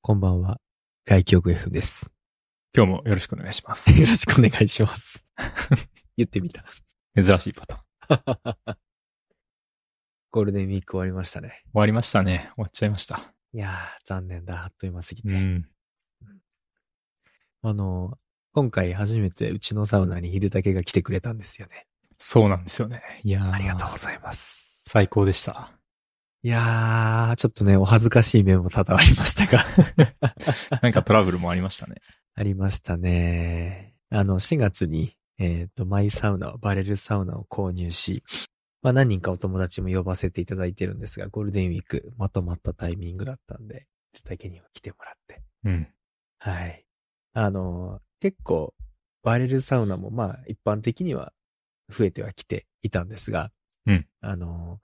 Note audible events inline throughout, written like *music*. こんばんは。外記憶 FM です。今日もよろしくお願いします。 *laughs* よろしくお願いします。 *laughs* 言ってみた。珍しいパターン。終 *laughs* ゴールデンウィーク終わりましたね。わりましたね。終わっちゃいました。いやー、残念だ。あっという間すぎて。うん。あの、今回初めてうちのサウナに秀武が来てくれたんですよね。そうなんですよね。いやーありがとうございます。最高でした。いやー、ちょっとね、お恥ずかしい面も多々ありましたが。 *laughs* なんかトラブルもありましたね。 *laughs* ありましたね。あの、4月に、えっ、と、マイサウナ、バレルサウナを購入し、まあ何人かお友達も呼ばせていただいてるんですが、ゴールデンウィークまとまったタイミングだったんで、手だけには来てもらって。うん。はい。あの、結構、バレルサウナもまあ一般的には増えてはきていたんですが、うんあの、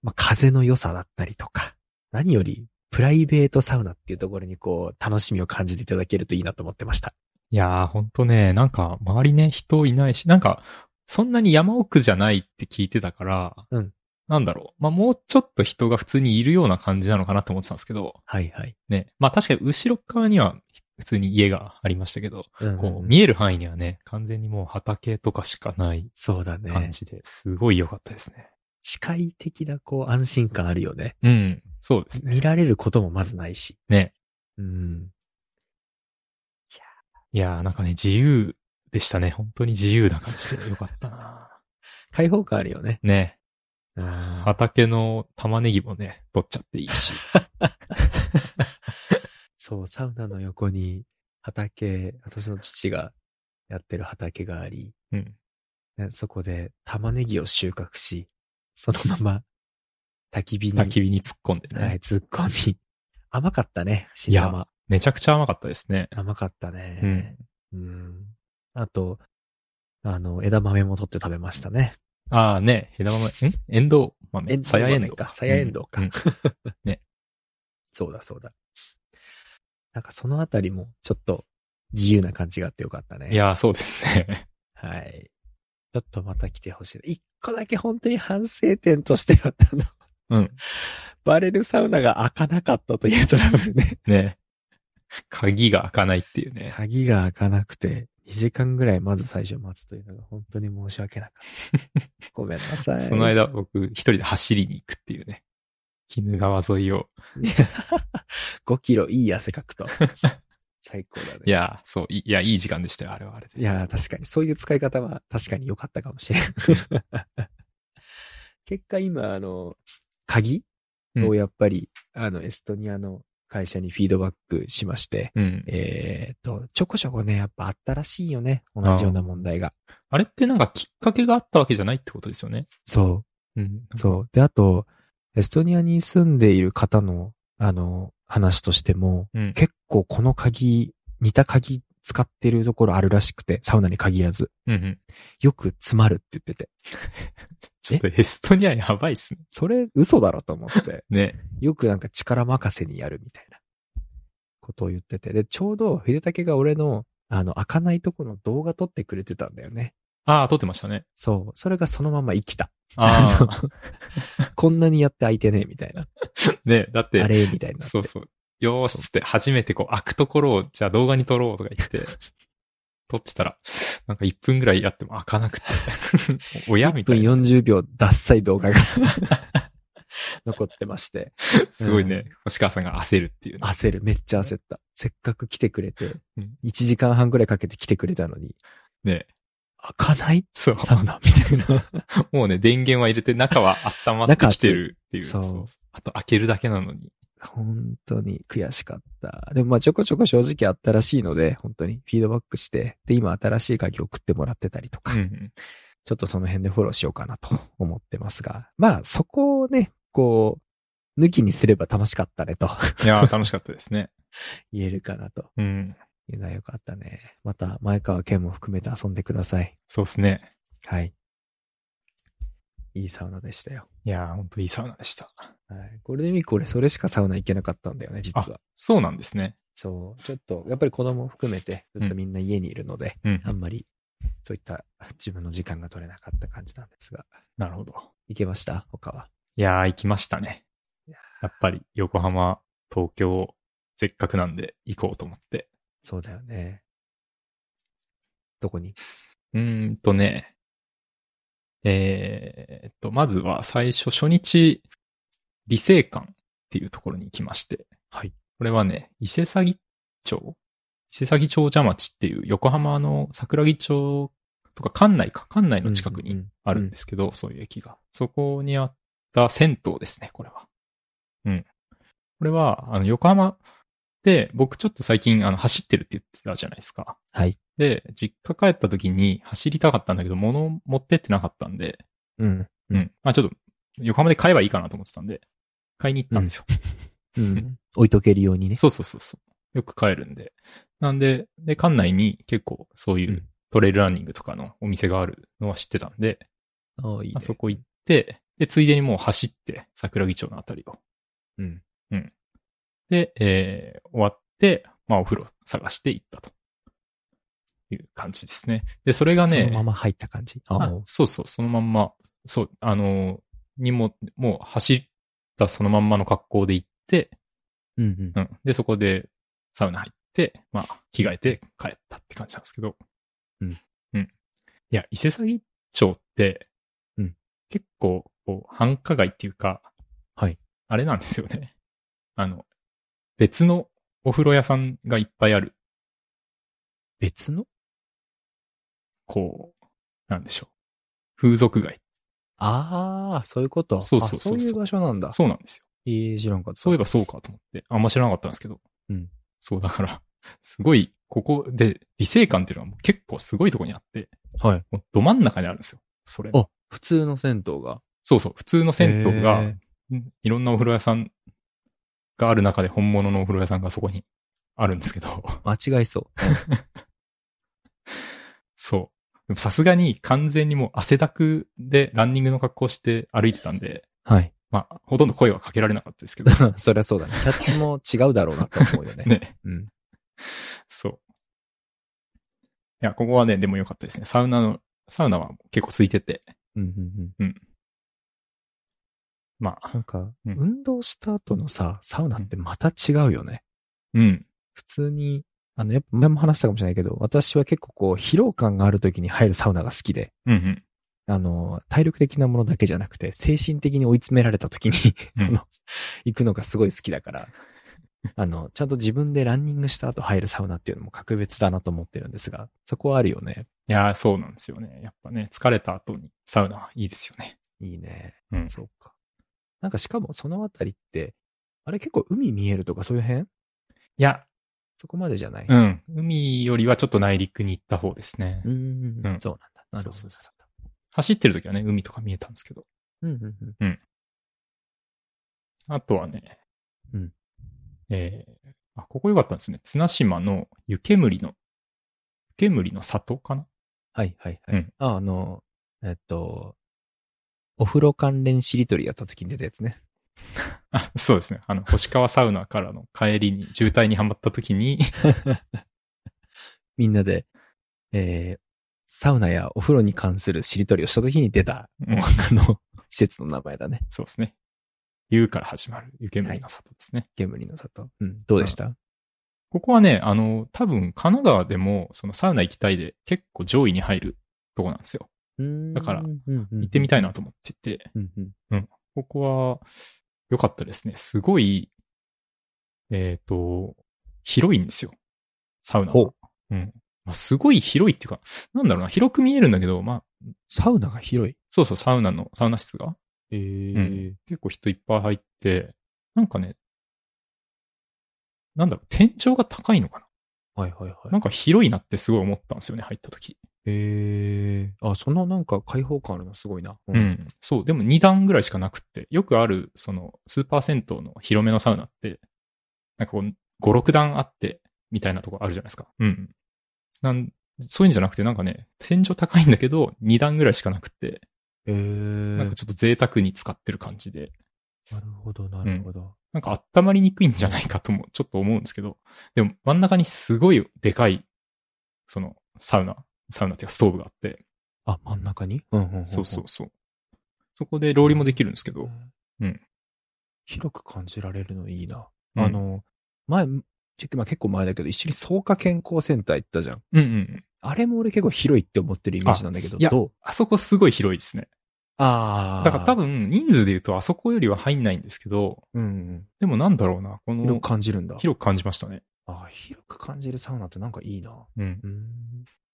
まあ風の良さだったりとか、何よりプライベートサウナっていうところにこう、楽しみを感じていただけるといいなと思ってました。いやー、ほんとね、なんか周りね、人いないし、なんかそんなに山奥じゃないって聞いてたから、うんなんだろう。まあ、もうちょっと人が普通にいるような感じなのかなと思ってたんですけど、はいはい。ね。まあ、確かに後ろ側には普通に家がありましたけど、うんこう見える範囲にはね、完全にもう畑とかしかないそうだ感ね。じですごい良かったですね。視界的なこう安心感あるよね。うん、そうですね。見られることもまずないし。ね。うん。いやー、なんかね、自由でしたね。本当に自由な感じで良かったな。開放感あるよね。ね。うん畑の玉ねぎもね、取っちゃっていいし。そう、サウナの横に畑、私の父がやってる畑があり、うん。ねそこで玉ねぎを収穫し、そのまま焚き火に、焚き火に突っ込んでね。はい、突っ込み。 *laughs* 甘かったね、新いや玉。めちゃくちゃ甘かったですね。甘かったうねうん。。ん。あと、あの、枝豆も取って食べましたね。ああね、枝豆、んエンドウエ豆ン。ドウさやエン豆ドウかさやエンドウかうんうんそうだそうだ。なんかそのあたりもちょっと自由な感じがあってよかったね。い。やー、そうですね。 *laughs* はい。ちょっとまた来てほしい。一個だけ本当に反省点としては、あの、 *laughs* うん。バレルサウナが開かなかったというトラブルね。ね。鍵が開かないっていうね。 *laughs* 鍵が開かなくて、2時間ぐらいまず最初待つというのが本当に申し訳なか *laughs* った。ごめんなさい。その間僕一人で走りに行くっていうね。鬼怒川沿いを。 5キロいい汗か *laughs* くと。最高だね。いやー、そう、いいや、いい時間でしたよ、あれはあれで。いやー、確かに、そういう使い方は確かに良かったかもしれん。結果今、あの、鍵うんをやっぱり、あの、エストニアの会社にフィードバックしまして、うん。えーっと、ちょこちょこね、やっぱあったらしいよね。同じような問題が。あれってなんかきっかけがあったわけじゃないってことですよね。そうん。う、う。そう。で、あと、エストニアに住んでいる方の、あの、話としても、うん。結構この鍵、似た鍵使ってるところあるらしくて、サウナに限らず、うんうん。よく詰まるって言ってて。ちょっとエストニアやばいっすね。それ嘘だろと思って、 *laughs* ね。よくなんか力任せにやるみたいなことを言ってて。で、ちょうど、秀武が俺の、あの、開かないとこの動画撮ってくれてたんだよね。ああ、撮ってましたね。そう。それがそのまま生きた。あ *laughs* こんなにやって開いてねえみたいな。あ、ね。だって、あれみたいな。そうそう。よーしっつって初めてこう開くところを、じゃあ動画に撮ろうとか言 *laughs* って、撮ってたら、なんか1分ぐらいやっても開か *laughs* なくて。おやみ1た分いな。 40秒、ダッサい動画が *laughs* 残ってまして。すごいね。星川さんが焦るっていうね。焦る。めっちゃ焦った。せっかく来てくれてうん、 1時間半ぐらいかけて来てくれたのに、ね。開かないそう。サウナみたいな。もうね、電源は入れて中は温まってきてるっていう。中熱いそうあと開けるだけなのに。 *laughs* 本当に悔しかった。でもまあちょこちょこ正直あったらしいので、本当にフィードバックして、で、今新しい鍵を送ってもらってたりとうか、んうん。ちょっとその辺でフォローしようかなと *laughs* 思ってますが、まあそこをね、こう、抜きにすれば楽しかったねといやー、楽しかったですね。言えるかなとうん。いうのはよかったね。また前川健も含めて遊んでください。そうですね。はい。いいサウナでしたよ。いやー、ほんといいサウナでした。はい、ゴールデンウィーク俺それしかサウナ行けなかったんだよね、実は。そうなんですね。そう。ちょっと、やっぱり子供含めてずっとみんな家にいるので、うんあ。んまり、そういった自分の時間が取れなかった感じなんですが、なるほど。行けました他は。いやー、行きましたね。やっぱり、横浜、東京、せっかくなんで行こうと思って。そうだよね。どこにうーんとね、えーっと、まずは最初、初日、理性館っていうところに行きまして。はい。これはね、伊勢崎町伊勢崎町茶町っていう横浜の桜木町とか館内か、館内の近くうにんうんうんあるんですけど、そういう駅が。そこにあった銭湯ですね、これは。うん。これは、あの、横浜で、僕ちょっと最近、あの、走ってるって言ってたじゃないですか。はい。で、実家帰った時に走りたかったんだけど、物を持ってってなかったんで、うん。うん。まあちょっと、横浜で買えばいいかなと思ってたんで、買いに行ったんですよ。 *laughs* うん。置いとけるようにね。そうそうそうそう。よく帰るんで。なんで、で、館内に結構そういううんトレイルランニングとかのお店があるのは知ってたんで、ああ、いいねあそこ行って、で、ついでにもう走って、桜木町のあたりを。うん。で、えー終わって、まあお風呂探して行ったと。いう感じですね。で、それがね、そのまま入った感じ。あああ、そうそう、そのまんま、そう、あのー、にも、もう走ったそのまんまの格好で行って、うんうん。うん。で、そこでサウナ入って、まあ、着替えて帰ったって感じなんですけど。うん。うん。いや、伊勢崎町って、うん。結構、こう、繁華街っていうか、はい。あれなんですよね。 *laughs* あの、別のお風呂屋さんがいっぱいある、別のこう、なんでしょう。風俗街。ああ、そういうこと。そうそうそうそうあそういう場所なんだ。そうなんですよ。ええ、知らんかった。そういえばそうかと思って、あんま知らなかったんですけど。うん。そうだから、すごい、ここで、理性館っていうのはもう結構すごいとこにあって、はい。もうど真ん中にあるんですよ。それ。あ、普通の銭湯が。そうそう。普通の銭湯が、へうんいろんなお風呂屋さんがある中で本物のお風呂屋さんがそこにあるんですけど、 *laughs* ー間違いそう。そう。でもさすがに完全にもう汗だくでランニングの格好して歩いてたんで、はい。まあ、ほとんど声はかけられなかったですけど、 *laughs* そりゃそうだね。キャッチも違うだろうなと思うよね。ね。うん。そう。いや、ここはね、でも良かったですね。サウナの、サウナは結構空いてて、うんうんうん。まなあん、か、うん運動した後のさ、サウナってまた違うよね。うん、普通に、あの、やっぱ前も話したかもしれないけど、私は結構こう、疲労感がある時に入るサウナが好きで、うん、うん。あの、体力的なものだけじゃなくて、精神的に追い詰められた時に、うんあの、行くのがすごい好きだから、あの、ちゃんと自分でランニングした後入るサウナっていうのも格別だなと思ってるんですが、そこはあるよね。いやー、そうなんですよね。やっぱね、疲れた後にサウナはいいですよね。いいね。うんそうか。なんかしかもそのあたりって、あれ結構海見えるとかそういう辺いや、そこまでじゃないうん。海よりはちょっと内陸に行った方ですね。うーうんんそうなんだ。なるほど。そうそうそ走ってる時はね、海とか見えたんですけど。うんうんうんあとはね、うん。えー、あ、ここ良かったんですね。綱島の湯煙の、湯煙の里かなはいはいはい。うんあ、あの、えっと、お風呂関連しりとりやった時に出たやつね。あ、そうですね。あの、星川サウナからの帰りに、渋滞にはまった時に、 *laughs* みんなで、えー、サウナやお風呂に関するしりとりをした時に出た、うあんの、施設の名前だね。そうですね。湯から始まる湯煙の里ですね。煙の里。うん、どうでした、ここはね、あの、多分、神奈川でも、そのサウナ行きたいで、結構上位に入るとこなんですよ。うーんだからうんうんうん行ってみたいなと思ってて、うんうんここは良かったですね。すごい、えっ、と、広いんですよ。サウナほがう。うん。まあ、すごい広いっていうか、なんだろうな、広く見えるんだけど、まあ、サウナが広い。そうそう、サウナの、サウナ室がえーうん結構人いっぱい入って、なんかね、なんだろう、天井が高いのかはいはいはいななんか広いなってすごい思ったんですよね、入った時。えー、あ、そのなんか開放感あるのすごいな。うう。ん。そう、でも2段ぐらいしかなくって、よくある、その、スーパー銭湯の広めのサウナって、なんかこう、5、6段あって、みたいなとこあるじゃないですか。うん。なん、そういうんじゃなくて、なんかね、天井高いんだけど、2段ぐらいしかなくって、えー、なんかちょっと贅沢に使ってる感じで、なるほど、なるほど。なんか温まりにくいんじゃないかともちょっと思うんですけど、でも真ん中にすごいでかい、そのサウナ、サウナっていうかストーブがあって、あ、真ん中にうんうんんんそうそうそう。そこで料理もできるんですけど、うん。広く感じられるのいいな。うんあの、前、ちょっとまあ結構前だけど、一緒に草加健康センター行ったじゃん。うんうん。あれも俺結構広いって思ってるイメージなんだけど、あいやどうあそこすごい広いですね。あだから多分、分人数で言うとあそこよりは入んないんですけど、うん、でもなんだろうな、こうのん。広く感じるんだ。広く感じましたね。ああ広く感じるサウナってなんかいいな。うん。うん。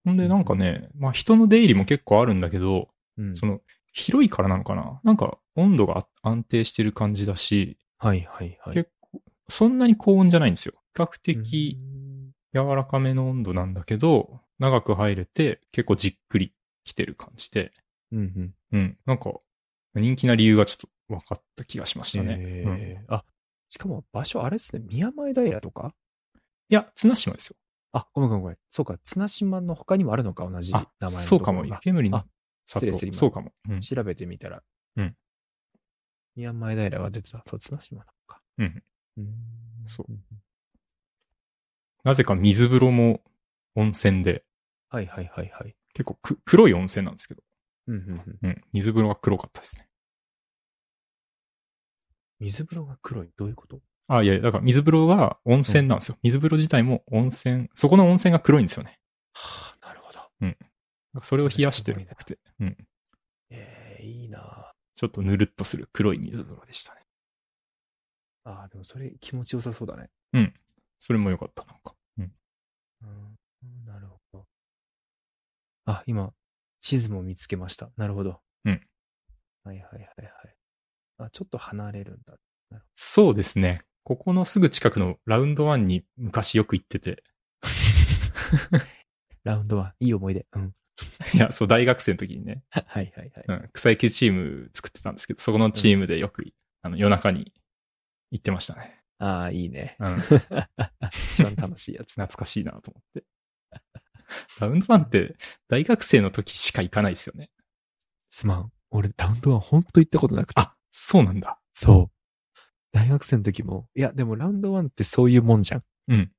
ほんでなんかね、まあ人の出入りも結構あるんだけど、うん、その広いからなのかななんか温度が安定してる感じだし、はいはいはい。結構そんなに高温じゃないんですよ。比較う的ん柔らかめの温度なんだけど、長く入れて結構じっくり来てる感じで、うんうん。うん。なんか人気な理由がちょっと分かった気がしましたね。えうんいーあ、しかも場所あれですね、宮前平とかや、綱島ですよ。あ、ごめんごめんごめん。そうか、綱島の他にもあるのか、同じ名前あの、ところが。そうかも。湯煙のあ失里礼す。りましたそうかも。うん。調べてみたら。うん。宮前平が出てた。そう、綱島なのか。うん。うん。。そうんなぜか水風呂も温泉で、はいはいはいはい。結構く黒い温泉なんですけど、うんうんうん。うん。水風呂が黒かったですね。水風呂が黒い。どういうことあ、いやいや、だから水風呂が温泉なんですよ。水風呂自体も温泉、そこの温泉が黒いんですよね。はあ、なるほど。だからそれを冷やしてるっぽくて、うん。ええいいなちょっとぬるっとする黒い水風呂でしたね。ああー、でもそれ気持ちよさそうだね。それも良かった、なんか。うん。うん、なるほど。あ、今、地図も見つけました。なるほど。うん。はいはいはいはい。あ、ちょっと離れるんだ。そうですね。ここのすぐ近くのラウンドワンに昔よく行ってて、 *laughs* ラウンドワン、いい思い出。うん。 *laughs* いや、そう、大学生の時にね、はいはいはい。うん、草野球チーム作ってたんですけど、そこのチームでよく、あの、夜中に行ってましたね。ああ、いいね。うん。一番楽しいやつ。懐かしいなと思って。ラウンドワンって大学生の時しか行かないですよね。すまん。俺、ラウンドワンほんと行ったことなくて。あ、そうなんだ。そう。大学生の時も、いや、でもラウンドワンってそういうもんじゃん。うん。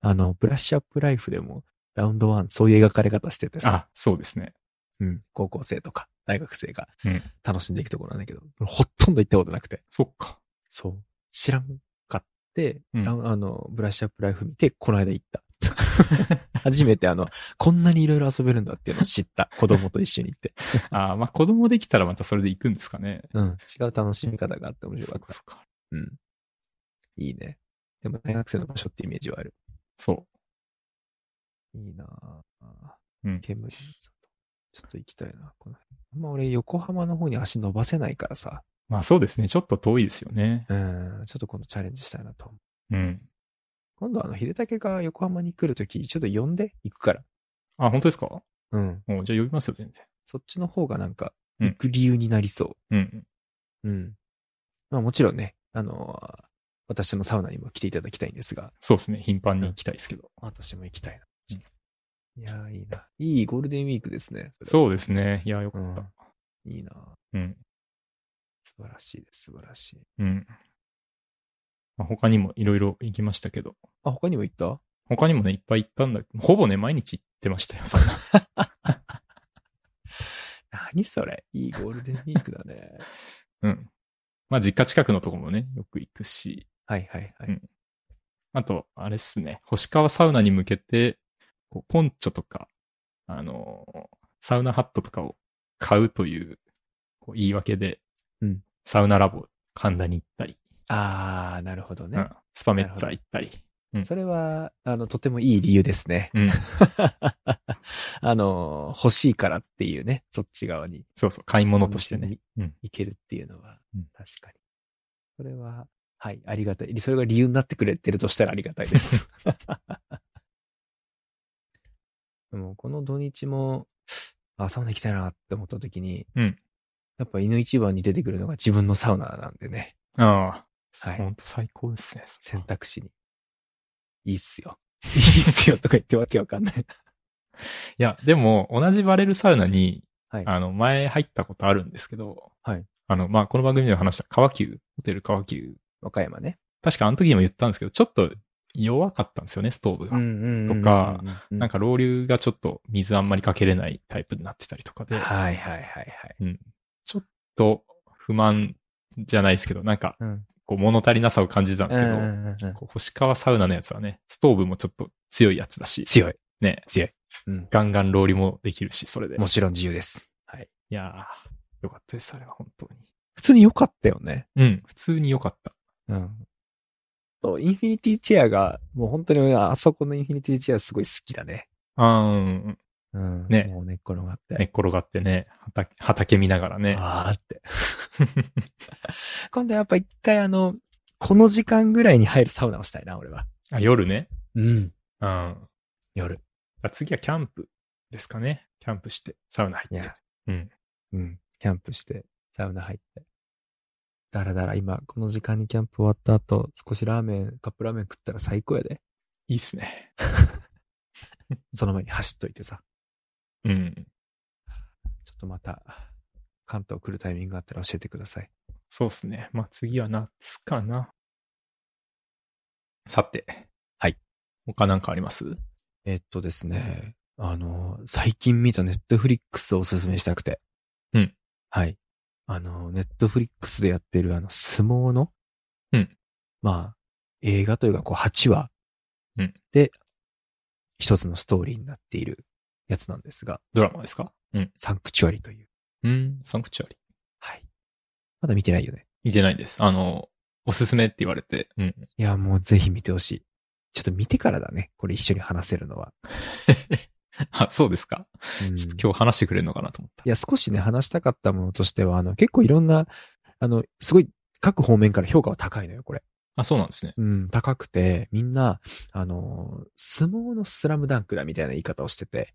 あの、ブラッシュアップライフでも、ラウンドワン、そういう描かれ方しててさ。あ、そうですね。うん、高校生とか大学生がうん楽しんでいくところなんだけど、ほとんど行ったことなくて、そっか。そう、知らんかって、うんあのあの、ブラッシュアップライフ見て、この間行った。 *laughs* 初めてあの、こんなにいろいろ遊べるんだっていうのを知った。子供と一緒に行って。あーまあ子供できたらまたそれで行くんですかね。うん、違う楽しみ方があって面白そかっっかた。そっか。うん。いいね。でも大学生の場所ってイメージはある。そいいなあう。うん。煙の里ちょっと行きたいな、この辺。あんま俺、横浜の方に足伸ばせないからさ、まあそうですね。ちょっと遠いですよね。うん、ちょっと今度チャレンジしたいなと思う。うん。今度あの、秀武が横浜に来るとき、ちょっと呼んで行くから。あ、本当ですかもうん。うじゃあ呼びますよ、全然。そっちの方がなんか、うん行く理由になりそうん。う。うん。まあもちろんね、あのー私のサウナにも来ていただきたいんですが、そうですね。頻繁に行きたいですけど。私も行きたいな。いやー、いいな。いいゴールデンウィークですね。う。そうですね。いや、よかった。いいな。うん。素晴らしいです、素晴らしい。うん。まあ、他にもいろいろ行きましたけど。あ、他にも行った他にもね、いっぱい行ったんだけど、ほぼね、毎日行ってましたよ、そん *laughs* な。何それいいゴールデンウィークだね。うん。まあ実家近くのとこもね、よく行くし。 *laughs* はいはいはういん。あと、あれっすね。星川サウナに向けて、こうポンチョとか、あのーサウナハットとかを買うというこう言い訳で、うんサウナラボ神田に行ったり、あー、なるほどうねん。スパメッツァ行ったり。それは、あの、とてもいい理由ですね。 *laughs* うん。あの、欲しいからっていうね、そっち側にそうそう、買い物としてね。うん。行けるっていうのはうん、確かに。それは、はい、ありがたい。それが理由になってくれてるとしたらありがたい *laughs* です。でもこの土日も、あ、サウナ行きたいなって思った時に、うんやっぱ犬一番に出てくるのが自分のサウナなんでね、ああ、はいほんと最高ですね。それ選択肢に。いいっす *laughs* よ。いいっすよとか言ってわけわかんない。いや、でも、同じバレルサウナに、はいあの、前入ったことあるんですけど、はいあの、まあ、この番組でも話した川急、ホテル川急和歌山ね。確かあの時にも言ったんですけど、ちょっと弱かったんですよね、ストーブが。とかなんか、か、老流がちょっと水あんまりかけれないタイプになってたりとかで、はいはいはいはい。と、不満じゃないですけど、なんか、うんこう物足りなさを感じてたんですけど、うんうんうんうんこう星川サウナのやつはね、ストーブもちょっと強いやつだし、強い。ね、強い。うん。ガンガンローリもできるし、それで。もちろん自由です。はい。いやー、よかったです、あれは本当に。普通に良かったよね。うん、普通に良かった。うん。そう、インフィニティチェアが、もう本当にあそこのインフィニティチェアすごい好きだね。あーうん、うん。ねもう根っこのがあって。寝っ転がってね、畑畑見ながらね。あーって。 *laughs* 今度やっぱ一回あの、この時間ぐらいに入るサウナをしたいな、俺は。あ夜ね。うん。うん。夜。あ次はキャンプですかね。キャンプして、サウナ入いってや。うん。うん。キャンプして、サウナ入って。だらだら今、この時間にキャンプ終わった後、少しラーメン、カップラーメン食ったら最高やで。いいっすね。その前に走っといてさ。うん。ちょっとまた、関東来るタイミングがあったら教えてください。そうっすね。まあ次は夏かな。さて。はい。他なんかありますえっとですね、あの、最近見たネットフリックスをおすすめしたくて。うん。はい。あの、ネットフリックスでやってるあの、相撲の。うん。まあ、映画というか、こう、8話。うん。で、一つのストーリーになっているやつなんですが、ドラマですかうん。サンクチュアリという。うん。サンクチュアリ。はい。まだ見てないよね。見てないです。あの、おすすめって言われて。うん。いや、もうぜひ見てほしい。ちょっと見てからだね。これ一緒に話せるのは。あ、そうですか、うんちょっと今日話してくれるのかなと思ったい。や、少しね、話したかったものとしては、あの、結構いろんな、あの、すごい、各方面から評価は高いのよ、これ。あ、そうなんですね。うん、高くて、みんな、あの、相撲のスラムダンクだみたいな言い方をしてて、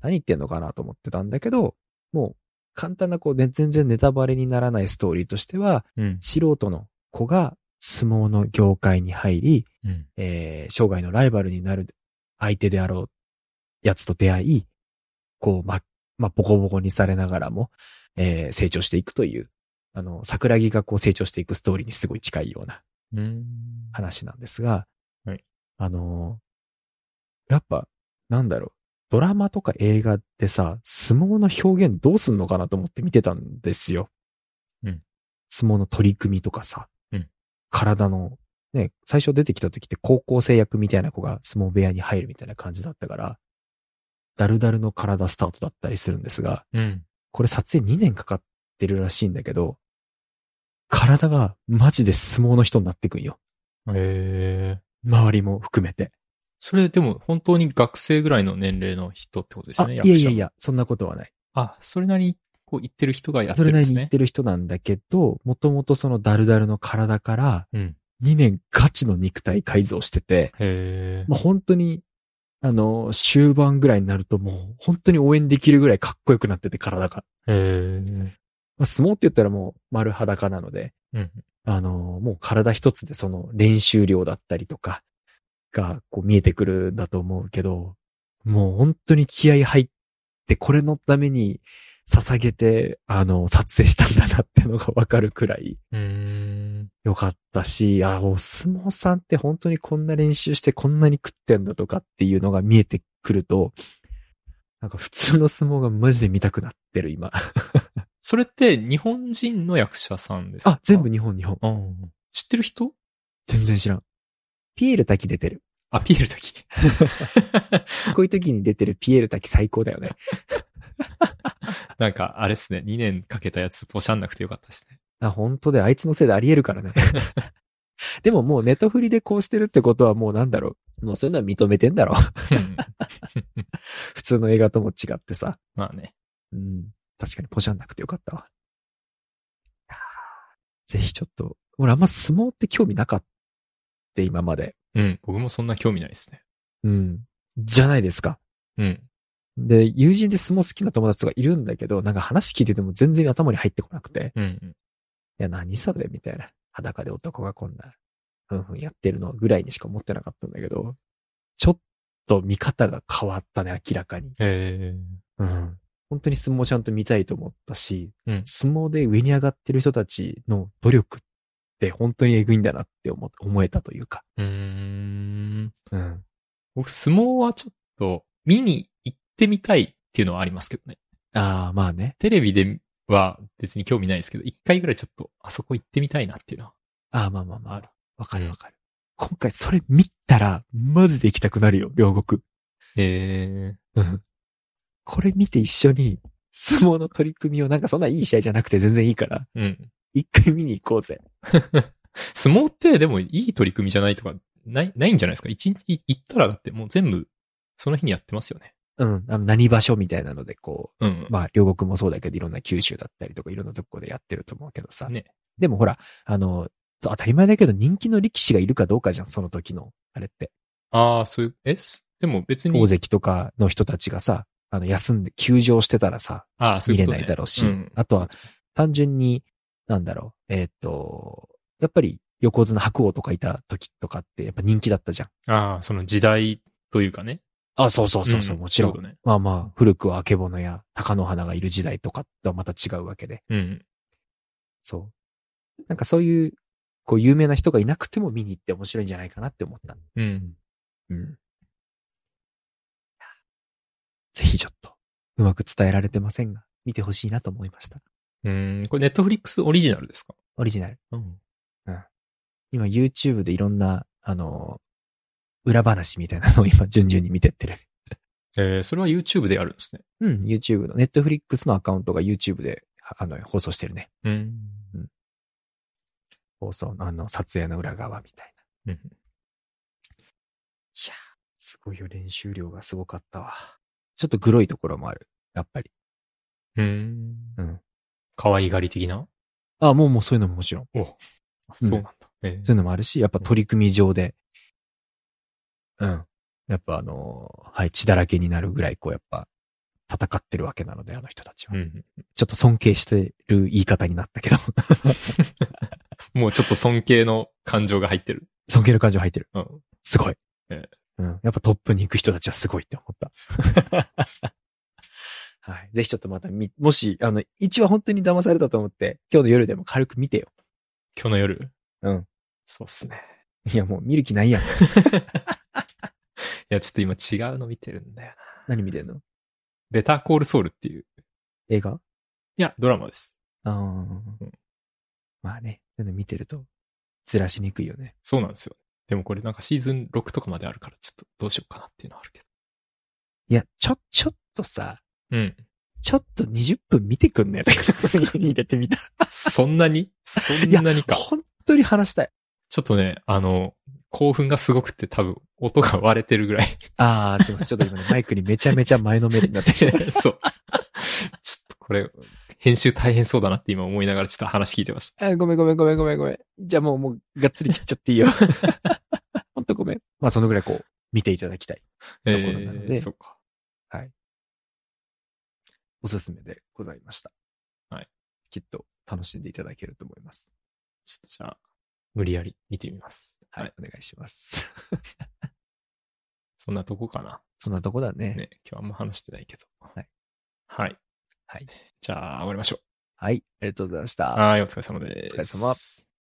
何言ってんのかなと思ってたんだけど、もう、簡単な、こう、ね、全然ネタバレにならないストーリーとしては、うん。素人の子が相撲の業界に入り、うん。えー生涯のライバルになる相手であろうやつと出会い、こう、ま、まあ、ボコボコにされながらも、えー成長していくという、あの、桜木がこう成長していくストーリーにすごい近いようなうん。話なんですが、はいあのーやっぱ、なんだろう、ドラマとか映画ってさ、相撲の表現どうすんのかなと思って見てたんですよ。うん相撲の取り組みとかさ、うん体の、ね、最初出てきた時って高校生役みたいな子が相撲部屋に入るみたいな感じだったから、ダルダルの体スタートだったりするんですが、うん。これ撮影2年かかってるらしいんだけど、体がマジで相撲の人になってくんよ。へえー。周りも含めて。それでも本当に学生ぐらいの年齢の人ってことですよあ、ね。いや役者いやい。や、そんなことはない。あ、それなりにこう言ってる人がやってそるれんなでりにす言っね。てる人なんだけど、もともとそのダルダルの体からうん。 2年ガチの肉体改造してて、へえ。もう本当に、あの、終盤ぐらいになるともう本当に応援できるぐらいかっこよくなってて体が。へまあ、相撲って言ったらもう丸裸なので、え。うん。あの、もう体一つでその練習量だったりとかがこう見えてくるんだと思うけど、もう本当に気合入ってこれのために捧げて、あの、撮影したんだなってのがわかるくらいうん。良かったし、あ、お相撲さんって本当にこんな練習してこんなに食ってんだとかっていうのが見えてくると、なんか普通の相撲がマジで見たくなってる今。それって日本人の役者さんですかあ、全部日本日本。うん。知ってる人全然知らん。ピエール滝出てる。あ、ピエールだけ。 *laughs* こういう時に出てるピエール滝最高だよね。なんか、あれですね。2年かけたやつ、ポシャんなくてよかったですね。あ、本当で、あいつのせいであり得るからね。 *laughs* でももうネトフリでこうしてるってことはもうなんだろう。もうそういうのは *laughs* 認めてんだろ。うん普通の映画とも違ってさ。まあね。うん。確かにポジャンなくてよかったわ。ぜひちょっと、俺あんま相撲って興味なかった、今まで。うん。僕もそんな興味ないですね。うん。じゃないですか。うん。で、友人で相撲好きな友達とかいるんだけど、なんか話聞いてても全然頭に入ってこなくて。うんうん。いや、何それみたいな。裸で男がこんな、ふんふんやってるのぐらいにしか思ってなかったんだけど、ちょっと見方が変わったね、明らかに。へえ。うん。本当に相撲ちゃんと見たいと思ったし、うん相撲で上に上がってる人たちの努力って本当にエグいんだなって思思えたというか。うーん。うん。僕、相撲はちょっと、見に行ってみたいっていうのはありますけどね。ああ、まあね。テレビでは別に興味ないですけど、一回ぐらいちょっと、あそこ行ってみたいなっていうのはああ、まあまあまあるあ。わかるわかる。今回それ見たら、マジで行きたくなるよ、両国。えうんこれ見て一緒に、相撲の取り組みを、なんかそんないい試合じゃなくて全然いいから、えうん。一回見に行こうぜ。相撲ってでもいい取り組みじゃないとか、ない、ないんじゃないですか一日行ったらだってもう全部、その日にやってますよね。うん、あの何場所みたいなので、こうんう、。まあ、両国もそうだけど、いろんな九州だったりとか、いろんなとこでやってると思うけどさ。ね。でもほら、あの、と当たり前だけど、人気の力士がいるかどうかじゃん、その時の、あれって。ああ、そういう、えすでも別に大、関とかの人たちがさ、あの、休んで、休場してたらさ、ああ、そう見いれうこと、ね、ないだろうし、んあとは、単純に、なんだろう、えーっと、やっぱり横綱白鵬とかいた時とかって、やっぱ人気だったじゃん。ああ、その時代というかね。あ、そうそうそうそう、んもちろん。そういうことね。まあまあ、古くはあけぼのや鷹の花がいる時代とかとはまた違うわけで。うん。そう。なんかそういう、こう、有名な人がいなくても見に行って面白いんじゃないかなって思った。うん。うん。ぜひちょっと、うまく伝えられてませんが、見てほしいなと思いました。うん。これ、ネットフリックスオリジナルですかオリジナル。うん。今 YouTube でいろんな、あの、裏話みたいなのを今順々に見てってる。 *laughs* えー、それは YouTube でやるんですね。うん、YouTube の、Netflix のアカウントが YouTube で、あの、放送してるね。うん。放送の、あの、撮影の裏側みたいな。うん。いやーすごいよ、練習量がすごかったわ。ちょっとグロいところもある。やっぱり。うん。うん。可愛がり的なあ、もうもうそういうのももちろん。おうんそうなんだ。えそういうのもあるし、やっぱ取り組み上で、うん。やっぱあのーはい、血だらけになるぐらい、こう、やっぱ、戦ってるわけなので、あの人たちは。うん。ちょっと尊敬してる言い方になったけど、 *laughs* もうちょっと尊敬の感情が入ってる。尊敬の感情入ってる。うん。すごい。えうん。やっぱトップに行く人たちはすごいって思った。 *laughs* はい。ぜひちょっとまた見、もし、あの、一話本当に騙されたと思って、今日の夜でも軽く見てよ。今日の *laughs* 夜うん。そうっすね。いや、もう見る気ないや *laughs* ん。いや、ちょっと今違うの見てるんだよな。何見てんのベターコールソウルっていう。映画いや、ドラマです。ああ。まあね、そういうの見てると、ずらしにくいよね。そうなんですよ。でもこれなんかシーズン6とかまであるから、ちょっとどうしようかなっていうのはあるけいや、ちょ、ちょっとさ、ど。うん。ちょっと20分見てくんね。 *laughs* 入れてみた。そんなにそんなにか。本当に話したい。ちょっとね、あの、興奮がすごくて多分音が割れてるぐらい。ああ、すいません。ちょっと今ね、マイクにめちゃめちゃ前のめりになって *laughs* そう。ちる。ょっとこれ、編集大変そうだなって今思いながらちょっと話聞いてました。あーごめんごめんごめんごめんごめん。じゃあもうもう、がっつり切っちゃっていい *laughs* よ。ほんとごめん。まあそのぐらいこう、見ていただきたい。えところなのでー、そうか。おすすめでございました。はい。きっと楽しんでいただけると思います。ちょっとじゃあ、無理やり見てみます。ははいい。お願いし *laughs* ます。そんなとこかな。そんなとこだね。ね、今日あんま話してないけど。はい。はい。はい。じゃあ、終わりましょはい。ありがとうございました。う。はい、お疲れ様です。お疲れ様。